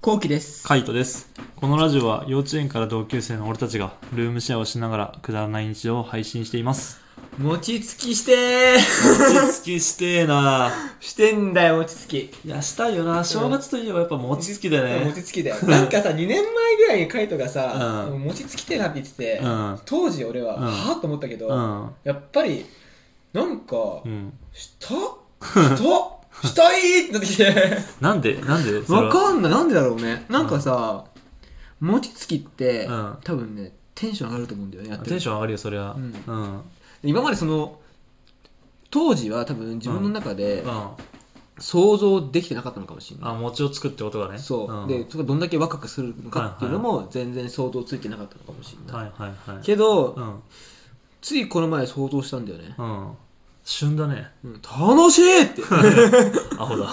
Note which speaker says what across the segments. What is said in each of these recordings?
Speaker 1: 後期です。
Speaker 2: カイトです。このラジオは幼稚園から同級生の俺たちがルームシェアをしながらくだらない日常を配信しています。
Speaker 1: 餅つきしてー
Speaker 2: 餅つきしてえな
Speaker 1: してんだよ、餅つき。
Speaker 2: いや、したいよな正月といえばやっぱ餅つきだよね。
Speaker 1: 餅つきだよ。なんかさ、2年前ぐらいにカイトがさ、
Speaker 2: うん
Speaker 1: 餅つきてえなって言ってて、
Speaker 2: うん。
Speaker 1: 当時俺は、
Speaker 2: うん
Speaker 1: はぁと思ったけど、
Speaker 2: うん。
Speaker 1: やっぱり、なんか、
Speaker 2: うん。
Speaker 1: したし たしたいってなってきて。
Speaker 2: なんでなんで それ
Speaker 1: わ
Speaker 2: は
Speaker 1: かんない。なんでだろうね。なんかさ、餅つきって、
Speaker 2: うん
Speaker 1: 多分ね、テンション上がると思うんだよね。やってる
Speaker 2: テンション上がるよ、そり
Speaker 1: う
Speaker 2: ゃ。うんん。うん。
Speaker 1: 今までその、当時は多分自分の中で、
Speaker 2: あ、
Speaker 1: 想像できてなかったのかもしれない。
Speaker 2: 餅を作ってことがね。
Speaker 1: そう、
Speaker 2: ん
Speaker 1: でそれがどんだけ若くするのかっていうのも全然想像ついてなかったのかもしれない、
Speaker 2: はいはいはい。
Speaker 1: けど、
Speaker 2: うん。
Speaker 1: ついこの前想像したんだよね、
Speaker 2: うん。旬だね。
Speaker 1: うん楽しいって
Speaker 2: アホだ。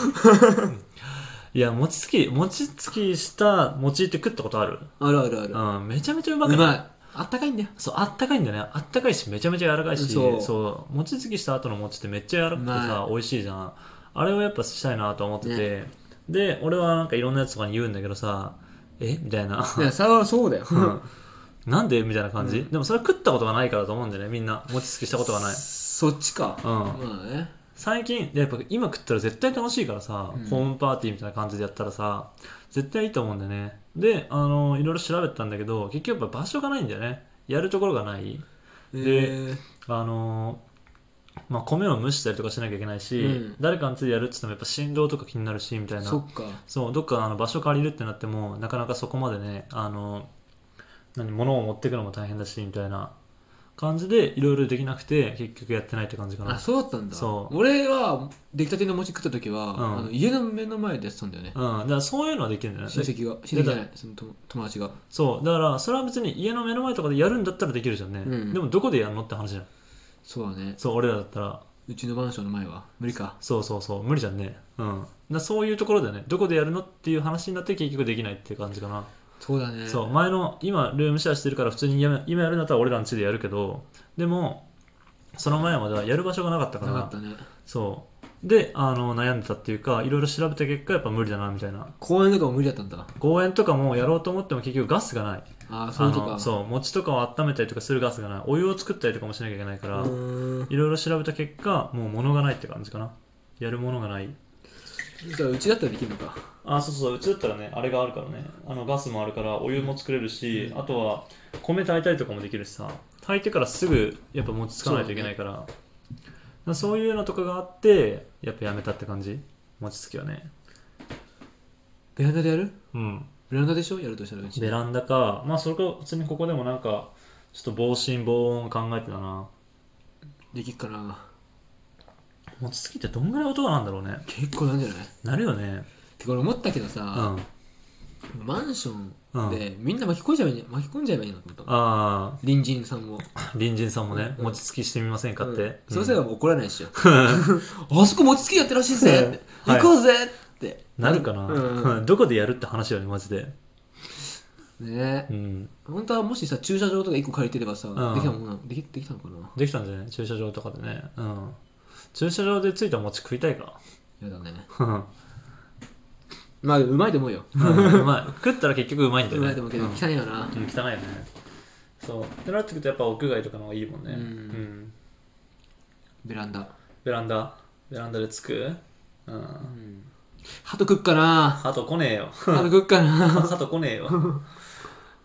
Speaker 2: いや、餅つき、餅つきした餅って食ったことある
Speaker 1: あるあるある、
Speaker 2: うん、めちゃめちゃう
Speaker 1: う
Speaker 2: ま
Speaker 1: ま
Speaker 2: く
Speaker 1: い
Speaker 2: ない
Speaker 1: あったかいんだよ
Speaker 2: そう、あったかいんだよね。あったかいし、めちゃめちゃ柔らかいし、
Speaker 1: そう
Speaker 2: そう、餅つきした後の餅ってめっちゃ柔らかくて
Speaker 1: うま
Speaker 2: さ
Speaker 1: い、
Speaker 2: 美味しいじゃん。あれをやっぱしたいなと思ってて、で、俺はなんかいろんなやつとかに言うんだけどさ、えみたいな。
Speaker 1: いやそれはそうだよ、
Speaker 2: うんなんでみたいな感じ、
Speaker 1: うん
Speaker 2: でもそれは食ったことがないからと思うんだよね、みんな。餅つきしたことがない。
Speaker 1: そっちか、
Speaker 2: うん。
Speaker 1: まあね
Speaker 2: 最近やっぱ今食ったら絶対楽しいからさ、
Speaker 1: うん
Speaker 2: ホームパーティーみたいな感じでやったらさ絶対いいと思うんだよねであのいろいろ調べたんだけど結局やっぱ場所がないんだよねやるところがない
Speaker 1: で、
Speaker 2: あのまあ米を蒸したりとかしなきゃいけないし、
Speaker 1: うん
Speaker 2: 誰かについてやるって言ってもやっぱ振動とか気になるしみたいな
Speaker 1: そっか
Speaker 2: そうどっかあの場所借りるってなってもなかなかそこまでねあの何物を持ってくのも大変だしみたいな感じでいろいろできなくて結局やってないって感じかな
Speaker 1: あそうだったんだ
Speaker 2: そう
Speaker 1: 俺は出来たての餅食った時は、
Speaker 2: うん
Speaker 1: あの家の目の前でやってたんだよね、
Speaker 2: うん、だからそういうのはできるんだよね
Speaker 1: 親戚が親戚じゃないその友友達が
Speaker 2: そうだからそれは別に家の目の前とかでやるんだったらできるじゃんね、
Speaker 1: うん
Speaker 2: でもどこでやるのって話じゃん
Speaker 1: そうだね
Speaker 2: そう俺らだったら
Speaker 1: うちのマンションの前は無理か
Speaker 2: そうそうそう無理じゃんねうんだからそういうところでねどこでやるのっていう話になって結局できないっていう感じかな、
Speaker 1: そうだね
Speaker 2: そう前の今ルームシェアしてるから普通にやめ今やるんだったら俺らの家でやるけどでもその前まではやる場所がなかったか
Speaker 1: な
Speaker 2: ら
Speaker 1: かったね
Speaker 2: そうであの悩んでたっていうかいろいろ調べた結果やっぱ無理だなみたいな
Speaker 1: 公園とかも無理だったんだ
Speaker 2: 公園とかもやろうと思っても結局ガスがない
Speaker 1: ああそ
Speaker 2: あ
Speaker 1: ういうことか
Speaker 2: のそう餅とかを温めたりとかするガスがないお湯を作ったりとかもしなきゃいけないから
Speaker 1: うーん
Speaker 2: いろいろ調べた結果もう物がないって感じかなやるものがない
Speaker 1: じゃあうちだったらできるのか
Speaker 2: あそうそううちだったらねあれがあるからねあのガスもあるからお湯も作れるし、あとは米炊いたりとかもできるしさ炊いてからすぐやっぱ餅つかないといけないからだからそういうのとかがあってやっぱやめたって感じ餅つきはね
Speaker 1: ベランダでやる
Speaker 2: うん
Speaker 1: ベランダでしょやるとしたらうち
Speaker 2: ベランダかまあそれか普通にここでもなんかちょっと防振防音考えてたな
Speaker 1: できっかな
Speaker 2: 餅つきってどんぐらい音がなんだろうね
Speaker 1: 結構なんじゃない
Speaker 2: なるよね
Speaker 1: てか俺思ったけど
Speaker 2: うん
Speaker 1: さ、
Speaker 2: あ
Speaker 1: マンションでみんな巻き込んじゃえばいい巻き込んじゃえばいいのと思った
Speaker 2: あ
Speaker 1: 隣人さんも
Speaker 2: 隣人さんもね
Speaker 1: うん
Speaker 2: 餅つきしてみませんかって、
Speaker 1: うんそうす
Speaker 2: う
Speaker 1: れ
Speaker 2: ん
Speaker 1: ばもう怒らないで しょあそこ餅つきやってるらしいぜって
Speaker 2: は
Speaker 1: 行
Speaker 2: い
Speaker 1: こうぜって
Speaker 2: なるかな、
Speaker 1: う
Speaker 2: どこでやるって話よねマジで
Speaker 1: んね
Speaker 2: うん
Speaker 1: 本当はもしさ駐車場とか1個借りてればさ
Speaker 2: ん
Speaker 1: できたもんなできできたのかな
Speaker 2: できたんじゃない駐車場とかでねうん駐車場でついた餅食いたいか
Speaker 1: やだね
Speaker 2: うん
Speaker 1: まあうまいと思うよ
Speaker 2: うまい食ったら結局うまいんだ
Speaker 1: う
Speaker 2: よね
Speaker 1: まいと思うけど
Speaker 2: うん
Speaker 1: 汚いよな
Speaker 2: うん汚いよねそうってなってくるとやっぱ屋外とかの方がいいもん
Speaker 1: う
Speaker 2: ね
Speaker 1: ん
Speaker 2: ん
Speaker 1: ベランダ
Speaker 2: ベランダベランダでつくうん
Speaker 1: ハト食っか な
Speaker 2: あと来ねえよ
Speaker 1: ハト食っかな
Speaker 2: あと来ねえよ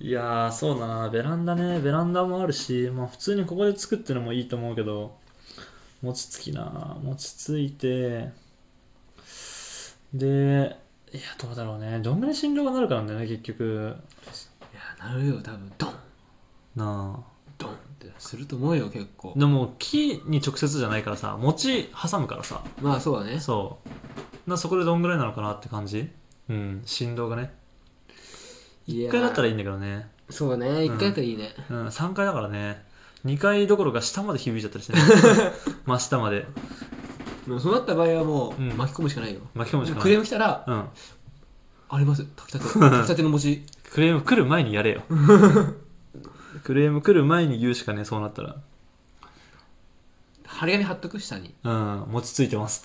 Speaker 2: いやーそうだなベランダねベランダもあるし、まあ、普通にここで作ってのもいいと思うけど餅つきな餅ついてでいやどうだろうねどんぐらい振動がなるかなんだよね結局
Speaker 1: いやなるよ多分ドン
Speaker 2: なあ
Speaker 1: ドンってすると思うよ結構
Speaker 2: でも木に直接じゃないからさ餅挟むからさ
Speaker 1: まあそうだね
Speaker 2: そうなそこでどんぐらいなのかなって感じうん振動がね
Speaker 1: 一
Speaker 2: 1回だったら
Speaker 1: い
Speaker 2: いいんだけどね
Speaker 1: やそうだね一回だったらいいね、
Speaker 2: うん、3階だからね2階どころか下まで響いちゃったりしてね 真下まで
Speaker 1: もうそうなった場合はもう、
Speaker 2: うん
Speaker 1: 巻き込むしかないよ
Speaker 2: 巻き込むし
Speaker 1: もう
Speaker 2: かない
Speaker 1: クレーム来たら
Speaker 2: うん、
Speaker 1: 「あります炊き たて炊きたての餅
Speaker 2: クレーム来る前にや れよクレーム来る前に言うしかねそうなったら
Speaker 1: 張り紙貼っとく下に
Speaker 2: うん餅ついてます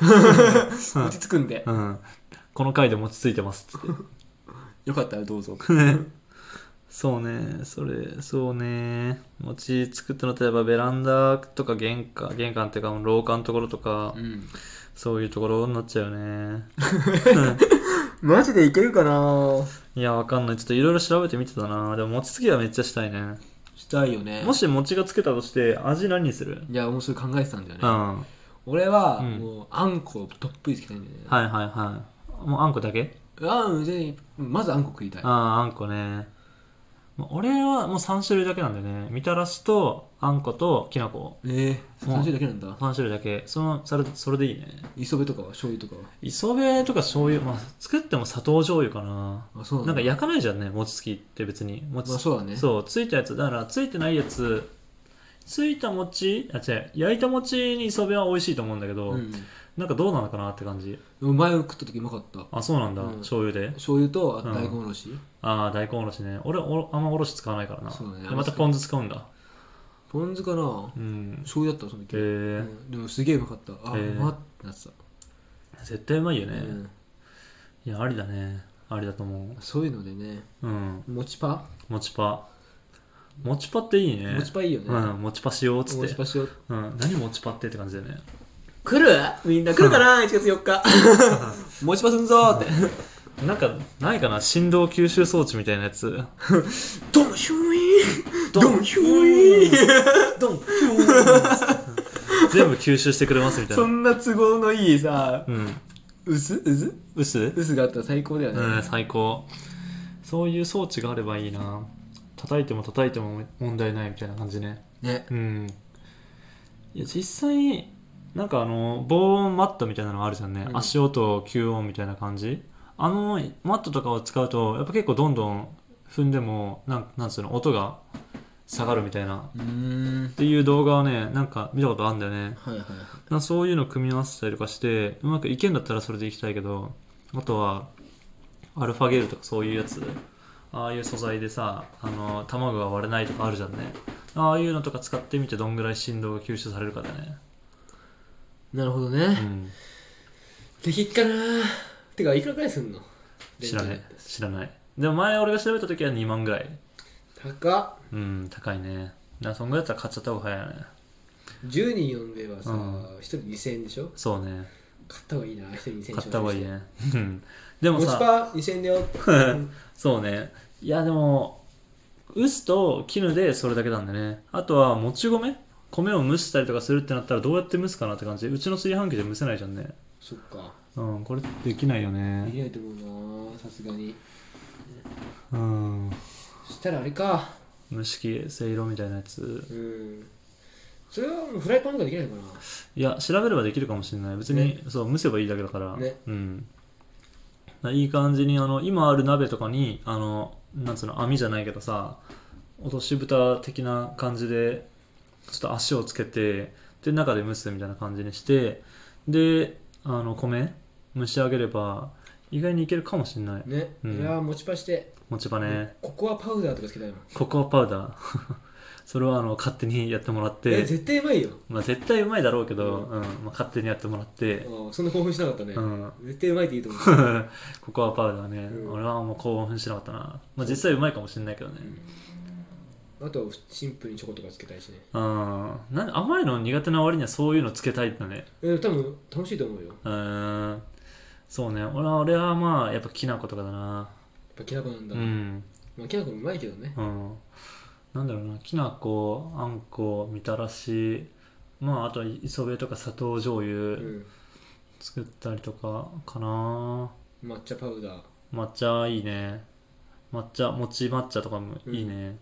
Speaker 1: 餅つくんで
Speaker 2: うんこの回で餅ついてますっつって
Speaker 1: よかったらどうぞ
Speaker 2: そうね、それ、そうね。持ち作ったのといえばベランダとか玄関、玄関っていうか廊下のところとか、
Speaker 1: うん
Speaker 2: そういうところになっちゃうね。
Speaker 1: マジでいけるかない
Speaker 2: や、わかんない。ちょっといろいろ調べてみてたな。でも餅つきはめっちゃしたいね。
Speaker 1: したいよね
Speaker 2: もし餅がつけたとして、味何にする
Speaker 1: いやもうそれ考えてたんだよ
Speaker 2: う
Speaker 1: ね、
Speaker 2: ん。は
Speaker 1: 俺は
Speaker 2: うん
Speaker 1: もうあんこをどっぷりつけたいんだよね
Speaker 2: い、はいはい。もうあんこだけ
Speaker 1: あんでまずあんこ食いたい
Speaker 2: ああ、あんこね。まあ俺はもう3種類だけなんだよね。みたらしとあんこときなこ。
Speaker 1: ええ
Speaker 2: うん
Speaker 1: ー、3種類だけなんだ
Speaker 2: 3種類だけ。その、それそれでいいね。
Speaker 1: 磯辺とかは醤油とかは
Speaker 2: 磯辺とか醤油、まあ、作っても砂糖醤油かな。
Speaker 1: あそう
Speaker 2: な
Speaker 1: なんん
Speaker 2: か
Speaker 1: だ
Speaker 2: 焼かないじゃんね、餅つきって別に。餅
Speaker 1: まあそうだね
Speaker 2: そう、ついたやつ、だからついてないやつ、ついた餅、あ、違う、焼いた餅に磯辺は美味しいと思うんだけど、
Speaker 1: うん、
Speaker 2: なんかどうなのかなって感じ。
Speaker 1: う前食った時うまかった
Speaker 2: あ、そうなんだ、
Speaker 1: うん
Speaker 2: 醤油で。
Speaker 1: 醤油とあと
Speaker 2: うん
Speaker 1: 大根おろし、
Speaker 2: ああ、大根おろしね。俺おろ、あんまおろし使わないからな。
Speaker 1: そうだね
Speaker 2: でまたポン酢使うんだ。
Speaker 1: ポン酢かな
Speaker 2: うん。
Speaker 1: 醤油だったその時、
Speaker 2: へえ
Speaker 1: うんでもすげえうまかったあ、
Speaker 2: へえ
Speaker 1: うまってなってた、
Speaker 2: 絶対うまいよね。
Speaker 1: うん
Speaker 2: いや、ありだね。ありだと思
Speaker 1: そういうのでね
Speaker 2: う。うん。
Speaker 1: 餅パ
Speaker 2: 餅パ。餅パっていいね。
Speaker 1: 餅パいいよね、
Speaker 2: うん、持ちパしようっつっ
Speaker 1: 餅
Speaker 2: て。
Speaker 1: パしよう
Speaker 2: うん、何持ちパってって感じだよね。
Speaker 1: 来るみんな来るかな1月4日 餅パすんぞーって
Speaker 2: なんか、ないかな振動吸収装置みたいなやつ。
Speaker 1: ドンヒューイー ンドンヒューイーン
Speaker 2: ドン 全部吸収してくれますみたい
Speaker 1: そ
Speaker 2: な。
Speaker 1: んな都合のいいさ
Speaker 2: うん。
Speaker 1: 薄薄
Speaker 2: 薄
Speaker 1: 薄があったら最高だよね、
Speaker 2: うん、最高。そういう装置があればいいな。叩いても叩いても問題ないみたいな感じね。
Speaker 1: ね
Speaker 2: うん。いや、実際、なんかあの、防音マットみたいなのあるじゃんね。
Speaker 1: うん
Speaker 2: 足音、吸音みたいな感じ。あの、マットとかを使うと、やっぱ結構どんどん踏んでも、なんなんつうの、音が下がるみたいな
Speaker 1: うーん
Speaker 2: っていう動画をねなんか見たことあるんだよね
Speaker 1: はいはいはい
Speaker 2: なんかそういうの組み合わせたりとかしてうまくいけんだったらそれでいきたいけどあとはアルファゲルとかそういうやつああいう素材でさあの卵が割れないとかあるじゃんねああいうのとか使ってみてどんぐらい振動が吸収されるかだね
Speaker 1: なるほど
Speaker 2: う
Speaker 1: ね、
Speaker 2: ん
Speaker 1: できっかなーてかいくらくらいすんの
Speaker 2: 知らない知らないでも前俺が調べた時は2万ぐらい
Speaker 1: 高っ
Speaker 2: うん高いねなそんぐらいだったら買っちゃった方が早いね
Speaker 1: 10人呼んではさ、
Speaker 2: うん
Speaker 1: 一1人2000円でしょ
Speaker 2: そうね
Speaker 1: 買った方がいいな1人2000円
Speaker 2: 買った方がいいねうんでも
Speaker 1: 持ち
Speaker 2: さ
Speaker 1: パ2000円だよ
Speaker 2: そうね。いや、でも、臼と絹でそれだけなんでね。あとは、もち米米を蒸したりとかするってなったらどうやって蒸すかなって感じ。うちの炊飯器で蒸せないじゃんね。
Speaker 1: そっか
Speaker 2: うん、これできないよ
Speaker 1: でき
Speaker 2: ね。
Speaker 1: ないと思うなさすがに
Speaker 2: うん。
Speaker 1: そしたらあれか
Speaker 2: 蒸し器、せいろみたいなやつ。
Speaker 1: うんそれはもうフライパンとかできないのかない
Speaker 2: や、調べればできるかもしれない。別に、そう、蒸せばいいだけだから。
Speaker 1: ね
Speaker 2: うん。だからいい感じに、あの、今ある鍋とかに、あの、なんつうの、網じゃないけどさ、落とし蓋的な感じで、ちょっと足をつけて、で、中で蒸すみたいな感じにして、で、あの、米、蒸し上げれば、意外にいけるかもしれない。
Speaker 1: ね、
Speaker 2: うん
Speaker 1: いやー持ちパして
Speaker 2: 持ち場ね。
Speaker 1: ココアパウダーとかつけたいもん
Speaker 2: ココアパウダー。 それは、あの、勝手にやってもらっ
Speaker 1: え
Speaker 2: て、
Speaker 1: 絶対うまいよ
Speaker 2: まあ、絶対うまいだろうけど、
Speaker 1: う
Speaker 2: うん、まあ、勝手にやってもらって、
Speaker 1: うんそんな興奮しなかったね、
Speaker 2: うん。
Speaker 1: 絶対うまいっていいと思う
Speaker 2: ココアパウダーね、
Speaker 1: うん
Speaker 2: 俺はもう興奮しなかったな、まあ、実際うまいかもしれないけどね、
Speaker 1: あとはシンプルにチョコとかつけたいしね
Speaker 2: うん、なんで甘いの苦手な割にはそういうのつけたいんだね
Speaker 1: え多分楽しいと思うよやっ
Speaker 2: うんそうね俺は俺はまあやっぱきな粉とかだな
Speaker 1: ぱきなこなんだ、
Speaker 2: うん、
Speaker 1: まあ、きなこもうまいけどね
Speaker 2: うん、なんだろうなきな粉あんこみたらしまああとは磯辺とか砂糖醤
Speaker 1: う
Speaker 2: 油
Speaker 1: ん
Speaker 2: 作ったりとかかな
Speaker 1: 抹茶パウダー
Speaker 2: 抹茶いいね抹茶餅抹茶とかもいいね、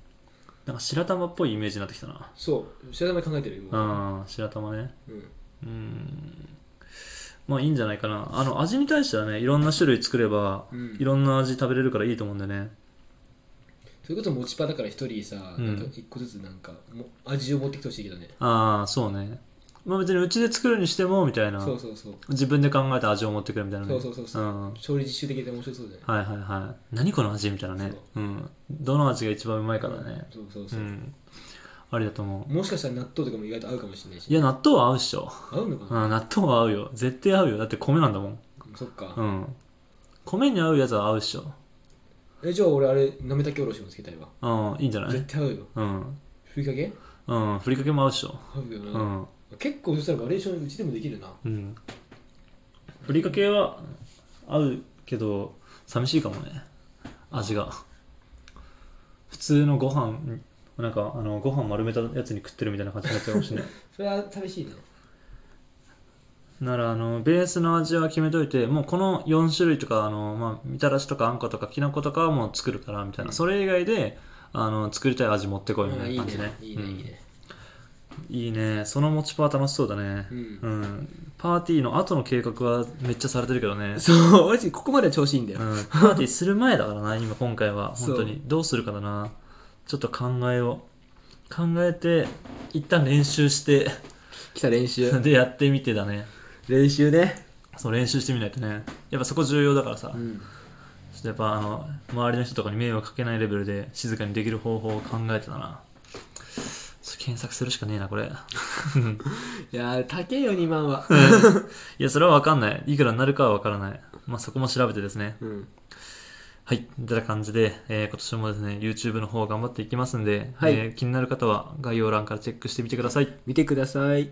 Speaker 2: なんか白玉っぽいイメージになってきたな
Speaker 1: そう白玉考えてるよ今
Speaker 2: うん白玉ね
Speaker 1: うん
Speaker 2: うんまあいいんじゃないかなあの味に対してはねいろんな種類作れば
Speaker 1: うん
Speaker 2: いろんな味食べれるからいいと思うんでね
Speaker 1: それこそ持ちパだから一人さ、
Speaker 2: うん
Speaker 1: なんか一個ずつなんかも味を持ってきてほしいけどね
Speaker 2: ああそうねまあ別にうちで作るにしてもみたいな
Speaker 1: そうそうそう
Speaker 2: 自分で考えた味を持ってくるみたいなね
Speaker 1: そうそうそうそうん
Speaker 2: はい
Speaker 1: 調理実習的で面白そうじゃない
Speaker 2: はいはい何この味みたいなねうんどの味が一番うまいかだね
Speaker 1: そうそう
Speaker 2: う
Speaker 1: そう、
Speaker 2: んありだと思う
Speaker 1: もしかしたら納豆とかも意外と合うかもしれないし
Speaker 2: いや納豆は合うっしょ
Speaker 1: 合うのか
Speaker 2: う
Speaker 1: な、
Speaker 2: ん納豆は合うよ絶対合うよだって米なんだもん
Speaker 1: そっか、
Speaker 2: うん米に合うやつは合うっしょ
Speaker 1: えじゃあ俺あれなめたけおろしもつけたいわ
Speaker 2: うんいいんじゃない
Speaker 1: 絶対合うよ
Speaker 2: うん
Speaker 1: ふりかけ
Speaker 2: うんふりかけも合うでしょ
Speaker 1: 合うよ
Speaker 2: う
Speaker 1: な、
Speaker 2: ん
Speaker 1: 結構そしたらバリエーションうちでもできるな
Speaker 2: うんふりかけは合うけど寂しいかもね味が普通のご飯なんかあのご飯丸めたやつに食ってるみたいな感じになっちゃうかもし れない
Speaker 1: それは寂しいな
Speaker 2: ならあのベースの味は決めといてもうこの4種類とかあの、まあ、みたらしとかあんことかきな粉とかはもう作るからみたいな、それ以外であの作りたい味持ってこいみ
Speaker 1: あ
Speaker 2: た
Speaker 1: い
Speaker 2: い
Speaker 1: い
Speaker 2: な
Speaker 1: ね
Speaker 2: 感じね
Speaker 1: いいねいいね
Speaker 2: うんいいねその持ちパー楽しそうだね
Speaker 1: うん、
Speaker 2: うん、パーティーの後の計画はめっちゃされてるけどね
Speaker 1: そうマジここまでは調子いいんだよ、
Speaker 2: うん、パーティーする前だからな今今回は
Speaker 1: そう
Speaker 2: 本当にどうするかだなちょっと考えを考えて一旦練習して
Speaker 1: 来た練習
Speaker 2: でやってみてだね
Speaker 1: 練習ね
Speaker 2: そう練習してみないとねやっぱそこ重要だからさ、
Speaker 1: う
Speaker 2: ちょ
Speaker 1: ん
Speaker 2: っとやっぱあの周りの人とかに迷惑かけないレベルで静かにできる方法を考えてたなちょっと検索するしかねえな これ
Speaker 1: いやー高えよ2万はい
Speaker 2: やそれは分かんないいくらになるかは分からないまあそこも調べてですね
Speaker 1: うん
Speaker 2: はい、てな感じで、えー今年もですね、YouTube の方頑張っていきますんで、
Speaker 1: はい
Speaker 2: えー気になる方は概要欄からチェックしてみてください。
Speaker 1: 見てください